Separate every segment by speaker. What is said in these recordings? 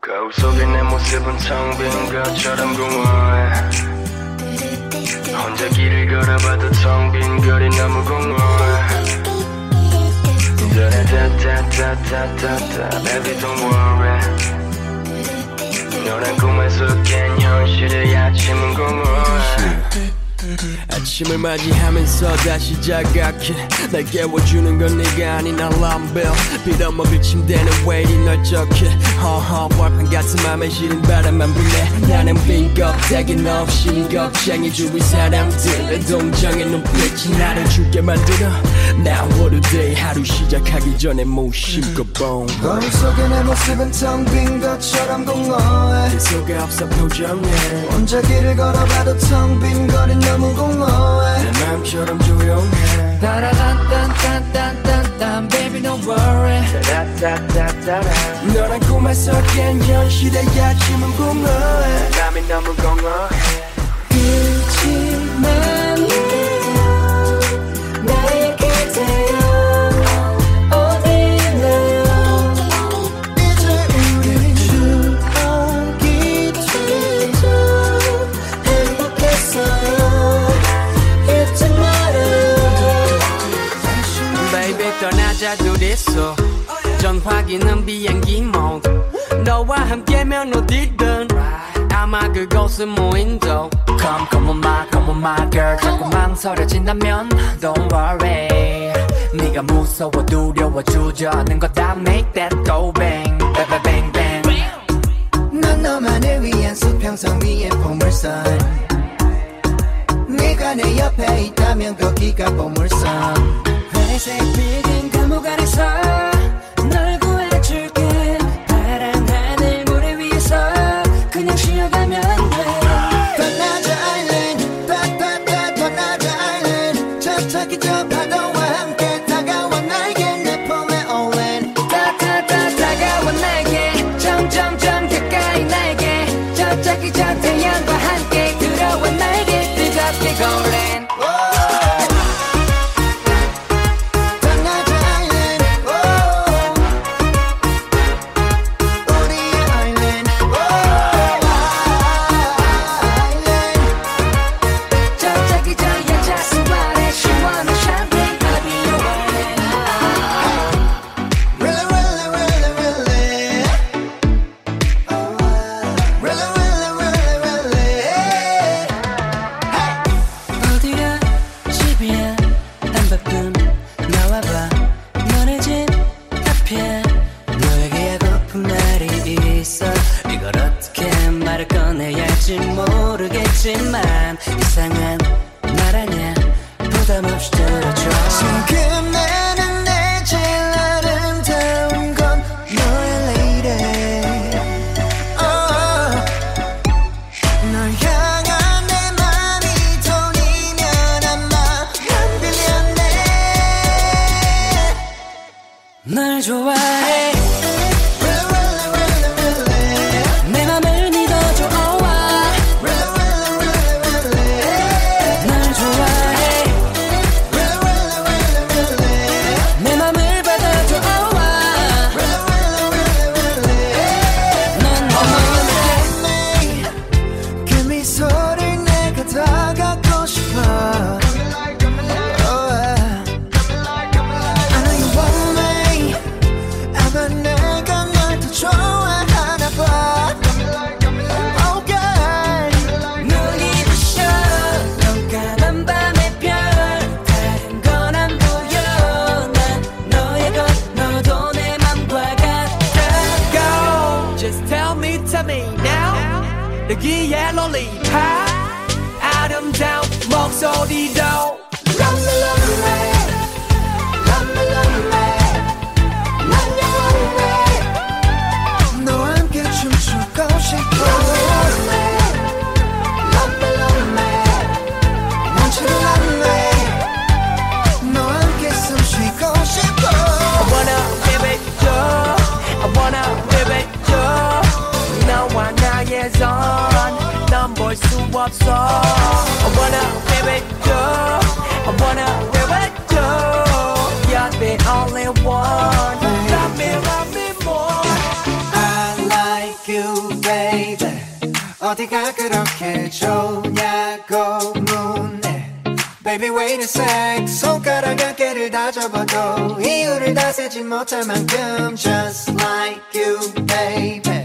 Speaker 1: 가우속에 내 모습은 창빈가처럼 공허해 혼자 길을 걸어봐도 텅빈 거리 너무 공허해 다다다다다다다 Baby don't worry 너란 꿈에서 깬 현실의 아침은 공허해
Speaker 2: 아침을 맞이하면서 다시 자각해 날 깨워주는 건 네가 아닌 알람벨 빌어먹을 침대는 웨이팅 널 적해 허허 벌판 같은 맘에 시린 바람만 불래 나는 빈 껍데기 없이 겁쟁이 주위 사람들의 동정의 눈빛이 나를 죽게 만들어 Now what a day 하루 시작하기 전에 무심코 뻥
Speaker 3: 거울 속에 내 모습은 텅 빈 것처럼 공허해
Speaker 2: 속에 없어 표정에
Speaker 3: 혼자 길을 걸어봐도 텅 빈 거리 너무 공허해
Speaker 2: 내 맘처럼 조용해
Speaker 4: 따라란딴딴딴딴딴 baby don't worry
Speaker 1: 따라따따따라
Speaker 2: 너란 꿈에서 깬 현실의 아침은 공허해
Speaker 1: 밤이 너무 공허해
Speaker 4: 그치만요 나의 그대여 어딨나요
Speaker 3: 이제 우리 추억이 되죠 행복했어요
Speaker 4: 잊지 말아요
Speaker 2: Baby 떠나자 둘이서 전화기는 비행기 모드 너와 함께면 어디든 아마 그곳은 무인도
Speaker 4: Come come on my come on my girl 자꾸 망설여진다면 Don't worry 네가 무서워 두려워 주저하는 거다 Make that go bang bang bang bang, bang.
Speaker 3: 난 너만을 위한 수평선 위에 보물선 네가 내 옆에 있다면 거기가 보물선
Speaker 4: 회색 빌딩 감옥 안에서 널 구해줄게 파란 하늘 모래 위에서 그냥 쉬어가면 돼
Speaker 3: 떠나자 아일랜드 따따따 떠나자 아일랜드 저 타기 저 파도와 함께 다가와 나에게 내 폼에 올랜
Speaker 4: 따따따 다가와 나에게 점점점 가까이 나에게 저짝이 저 태양과 함께 들어와 나에게 뜨겁게 걸린
Speaker 3: 떠나자 아일랜드 오 우리의 아일랜드 오 아일랜드
Speaker 4: 저짝이 저 여자 스마일에 시원한 샴페인 I'll be your one
Speaker 3: Really, really, really, really. Really, really, really, really.
Speaker 4: 어디야 집이야 단바꿈 나와봐 너네 집 앞이야 너에게 하고픈 말이 있어 이걸 어떻게 말을 꺼내야 할지 모르겠지만 이상한 말 아냐 부담 없이 들어줘
Speaker 3: 지금 나는 내 제일 아름다운 건 너의 lady. Oh. 널 향한 내 맘이 돈이면 아마 한 빌리언 내.
Speaker 4: 널 좋아해
Speaker 3: Really, really, really, really.
Speaker 4: 내 맘을 믿어줘 oh, I.
Speaker 3: Really, really, really, really.
Speaker 4: 널 좋아해
Speaker 3: Really, really, really, really.
Speaker 4: 내 맘을 받아줘 oh, I. 넌 너무나
Speaker 3: 그 미소를 내가 다가고 싶어 I know you want me 아마 내가 널 더 좋아하나 봐 Oh girl
Speaker 4: 눈이 부셔 깜깜한 밤의 별 다른 건 안 보여 난 너의 것 너도 내 맘과 같아
Speaker 2: Go Just tell me tell me now 여기에 lollipop 아름다운 목소리도
Speaker 3: Love me love me Love me love me 난 영원히
Speaker 2: 참을 수 없어 I wanna live with you I wanna live with you You're the only one Love me, love me more
Speaker 3: I like you, baby. 어디가 그렇게 좋냐고 묻네. Baby, wait a sec. 손가락 어깨를 다 접어도 이유를 다세진 못할 만큼 just like you, baby.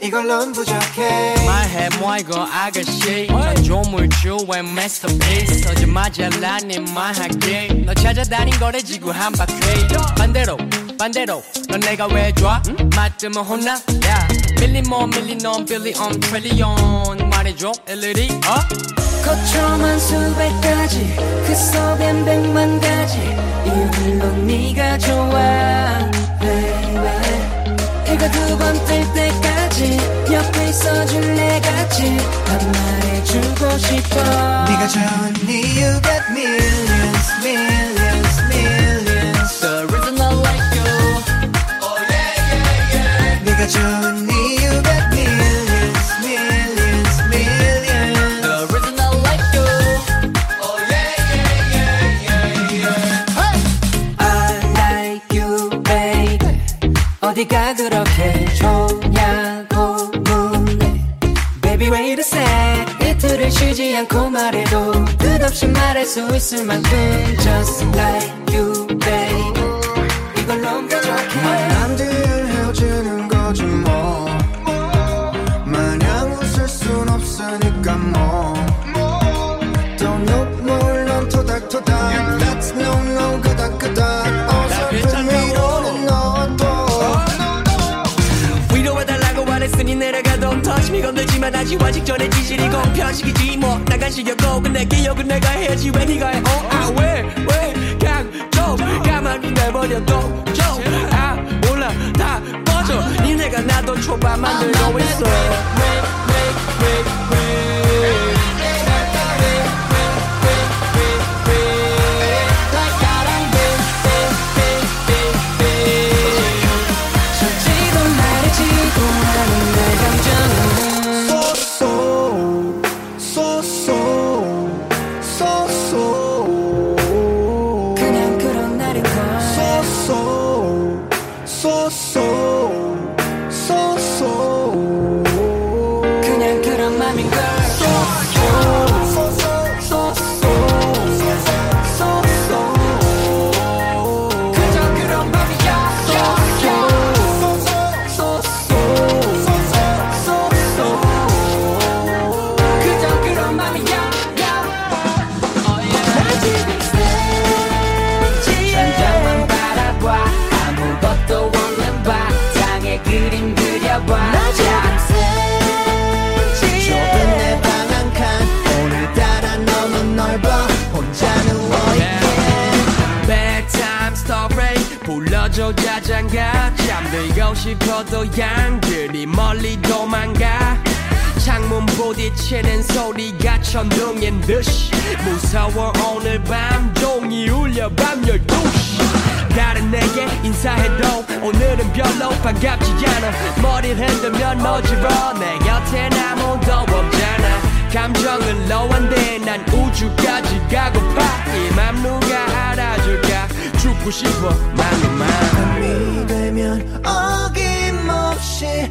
Speaker 3: 이걸론 부족해.
Speaker 2: 말해 뭐 이거 아가씨 난 조물주의 masterpiece 서지마자 라니 말할게 너 찾아다닌 거래 지구 한 바퀴 반대로 반대로 넌 내가 왜 좋아 맞으면 혼나 야 밀리몬 밀리넌 빌리온 트릴리온 말해줘 일일이 어?
Speaker 4: 거쳐만 수백 가지 그 속엔 백만 가지 이유로 네가 좋아 baby 해가 두 번 뜰 때까지 옆에 있어줄래 같이 한 말해주고 싶어
Speaker 3: 네가 좋은 이유 got millions, millions, millions.
Speaker 2: The reason I like you
Speaker 4: Oh,
Speaker 3: 네가 좋은 이유 got millions, millions, millions.
Speaker 2: The reason I like you Oh,
Speaker 3: I like you, baby. 어디가 그렇게 좋냐고 묻네.
Speaker 4: Baby wait a sec 이틀을 쉬지 않고 말해도 끝없이 말할 수 있을 만큼 Just like you baby 이걸로 부족해
Speaker 3: 남들 헤어지는 거지 뭐. 마냥 웃을 순 없으니까 뭐. Don't look more 넌 토닥토닥. That's no no 그닥그닥. 어설픈 위로는 너도.
Speaker 2: 위로해달라고 말했으니 내려가던 터짐이 건들지만 아직 아직 전에 지질이 건 편식이지 뭐 나간 시력고 근데 기억은 내가 해야지 왜 네가 해 어? 아왜왜 강조 가만히 내버려둬 좀아 몰라 다 꺼져 니네가 나도 초밥 만들고 있어
Speaker 4: 지도 말해지고 하는 내 감정은
Speaker 3: So so so so so
Speaker 4: 그냥 그런 날인 걸
Speaker 3: so so so so so so
Speaker 4: 그냥 그런 맘인 걸 그저 그런 맘이야 그저 그런 맘이야 나 지금 새지 천장만 바라봐 아무것도 없는 바탕에 그림 그려봐 나 지금 새지
Speaker 3: 좁은 내 방 한 칸 오늘따라 너무 넓어 혼자 누워있게
Speaker 2: Bedtime story 불러줘 자장가 잠들고 싶어도 양들이 멀리 도망가 창문 부딪히는 소리가 천둥인 듯이 무서워 오늘 밤 종이 울려 밤 12시 다른 내게 인사해도 오늘은 별로 반갑지 않아 머리를 흔들면 어지러워 내 곁엔 아무도 없잖아 감정은 low 난 우주까지 가고파 이 맘 누가 알아줄까 죽고 싶어 맘만
Speaker 3: 밤이 되면 어김없이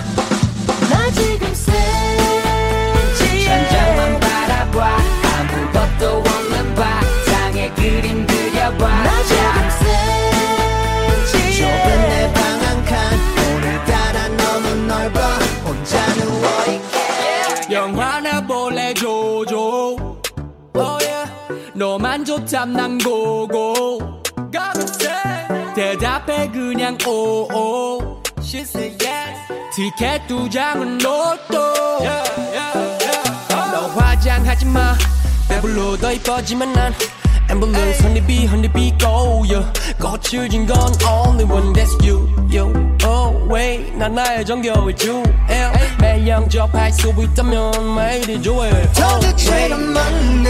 Speaker 4: 나 지금 새지 천장만 바라봐 아무것도 없는 바탕에 그림 그려봐 나 지금 새지
Speaker 3: 좁은 내 방 한 칸 오늘따라 너무 넓어 혼자 누워있게
Speaker 2: 영화나 볼래 조조 oh yeah. 너만 좋담 난 고고 대답해 그냥 오오 She said yes 티켓 두 장은 로또 너 화장하지 마 배불러 더 이뻐지만 난 엠블루 선입이 헌입이 고요 꽃을 진 건 only one that's you yo oh wait 난 나의 정겨울 주엘 매일 영접할 수 있다면 매일이 좋아요
Speaker 3: 천재처럼 맞네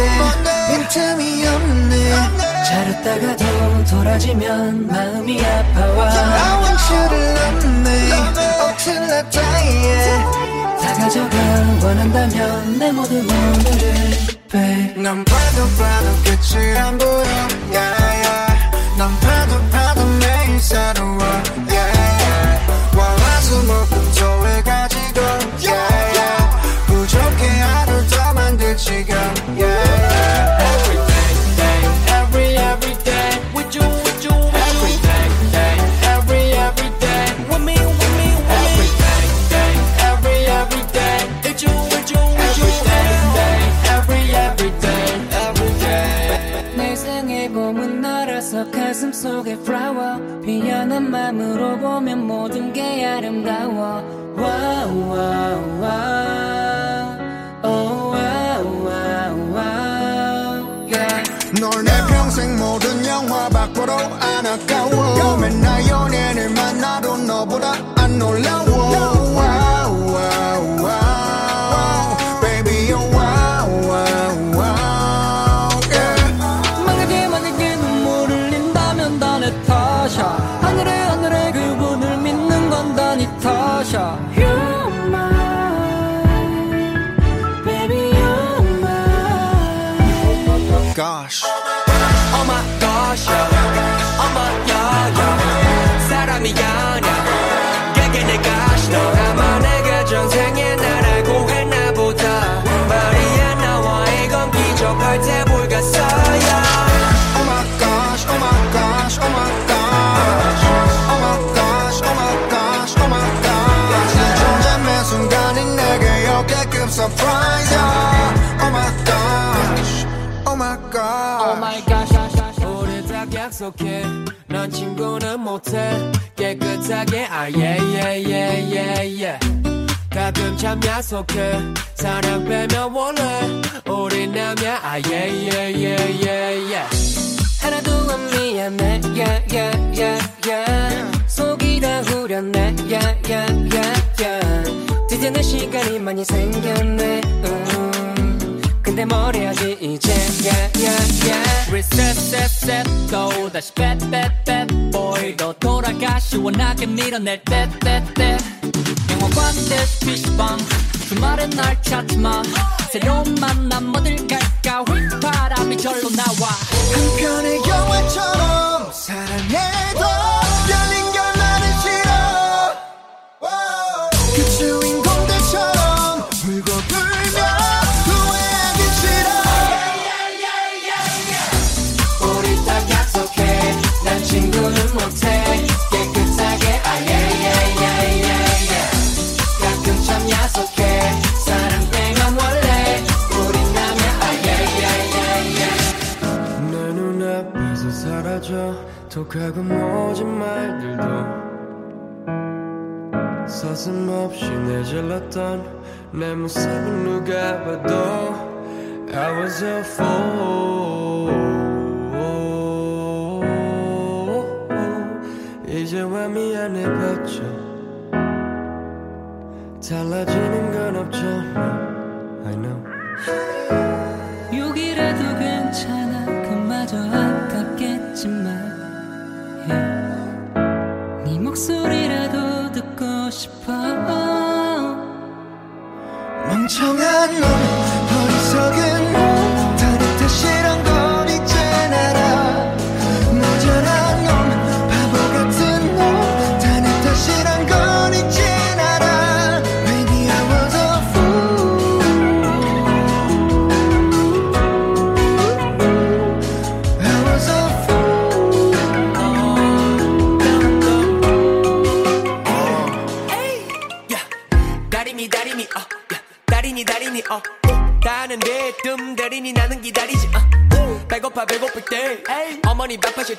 Speaker 3: 빈틈이 없네
Speaker 4: 자랐다가도 돌아지면 마음이 아파와
Speaker 3: I want you to love me until I die
Speaker 4: 다가져가 원한다면 내 모든 오늘을 babe
Speaker 3: 넌 봐도 봐도 끝을 안 보여 yeah, yeah. 넌 봐도 봐도 매일 새로워 yeah, yeah. 월화수목금 조를 가지고 yeah, yeah. 부족해 하루 더 만들 지금 yeah, yeah.
Speaker 2: Every every day with you with you every day day every every day with me with me every day day every every day with you with you with you every every day every day
Speaker 4: 내 생의 봄은 날아서 가슴 속에 flower 피어난 마음으로 보면 모든 게 아름다워 와우 와우 와우 오 와우 와우 와우 yeah.
Speaker 3: 널 내 평생 모든 영화 밖으로 안 아까워 맨날 연예인을 만나도 너보다 안 놀라워 와우 와우 와우 Baby oh 와우 와우 와우 yeah.
Speaker 4: 망가지만 내게 눈물을 흘린다면 다 내 탓이야 하늘에 하늘에 그분을 믿는 건 다 네 탓이야 You're mine Baby you're mine
Speaker 3: Gosh
Speaker 2: Oh my gosh yeah. Oh my yeah yeah 사람이 아냐 그게 내 gosh 너 아마 내가 전생에 나라고 했나 보다 말이 안 나와 이건 기적할 때 불가사야
Speaker 3: Oh my gosh Oh my gosh Oh my gosh Oh my gosh Oh my gosh Oh my gosh 내 존재 매 순간이 내게 역대급 surprise yeah. Oh my gosh Oh my
Speaker 2: Oh
Speaker 3: gosh
Speaker 2: my gosh, 우리 다 약속해. 넌 친구는 못해. 깨끗하게, 아, 예, 예, 예, 예, 예. 가끔 참 약속해. 사랑 빼면 원래. 우리 남야, 아, 예, 예, 예, 예, 예.
Speaker 4: 하나도 안 미안해 yeah, yeah, yeah, yeah. 속이 다 후련해 yeah, yeah, yeah, yeah. 드디어 내 시간이 많이 생겼네 음. 근데 뭘 해야지 이제 yeah, yeah, yeah.
Speaker 2: Reset, set, set, 또 다시 bet, bet, bet, boy. 너 돌아가 시원하게 밀어낼 때, 때, 때. 영화관 대시 PC방. 주말엔 날 찾지 마. 새로운 만남 어딜 갈까? 휘파람이 절로 나와.
Speaker 3: 한편의 영화처럼 사랑해도 열린 결말은 싫어 그 주인공들처럼 울고 불며 후회하기 싫어
Speaker 2: 우리 딱 약속해 난 친구는 못해 깨끗하게 아예예예예예 가끔 참 약속해 사랑 빼면 원래 우린 남야 아예예예예
Speaker 5: 내 눈앞에서 사라져 톡하고 모진 말들도 서슴없이 내질렀던 내 모습은 누가 봐도 I was a fool 이제와 미안해 봤죠 달라지는 건 없잖아 I know
Speaker 4: 욕이라도 괜찮아 그마저 아깝겠지만 y 네 목소리라도 듣고 싶어
Speaker 3: 멍청한 놈 어리석은 놈 다른 뜻 이런 걸 이젠 알아 모자란 놈 바보 같은 놈 다른 뜻 이런 걸 이젠 알아 Maybe I was a fool I was a fool
Speaker 2: 다리미 다리미 어 야, 다리미 다리미 어 오, 다는데 뜸 다리미 나는 기다리지 어 오, 배고파 배고플 때 어머니 밥 하실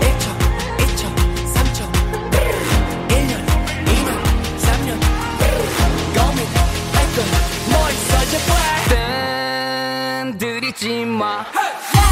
Speaker 2: 1초, 2초, 3초 1년, 2년, 3년 고민할 건뭐 있어 제발
Speaker 4: 땐 들이지 마
Speaker 2: Hey!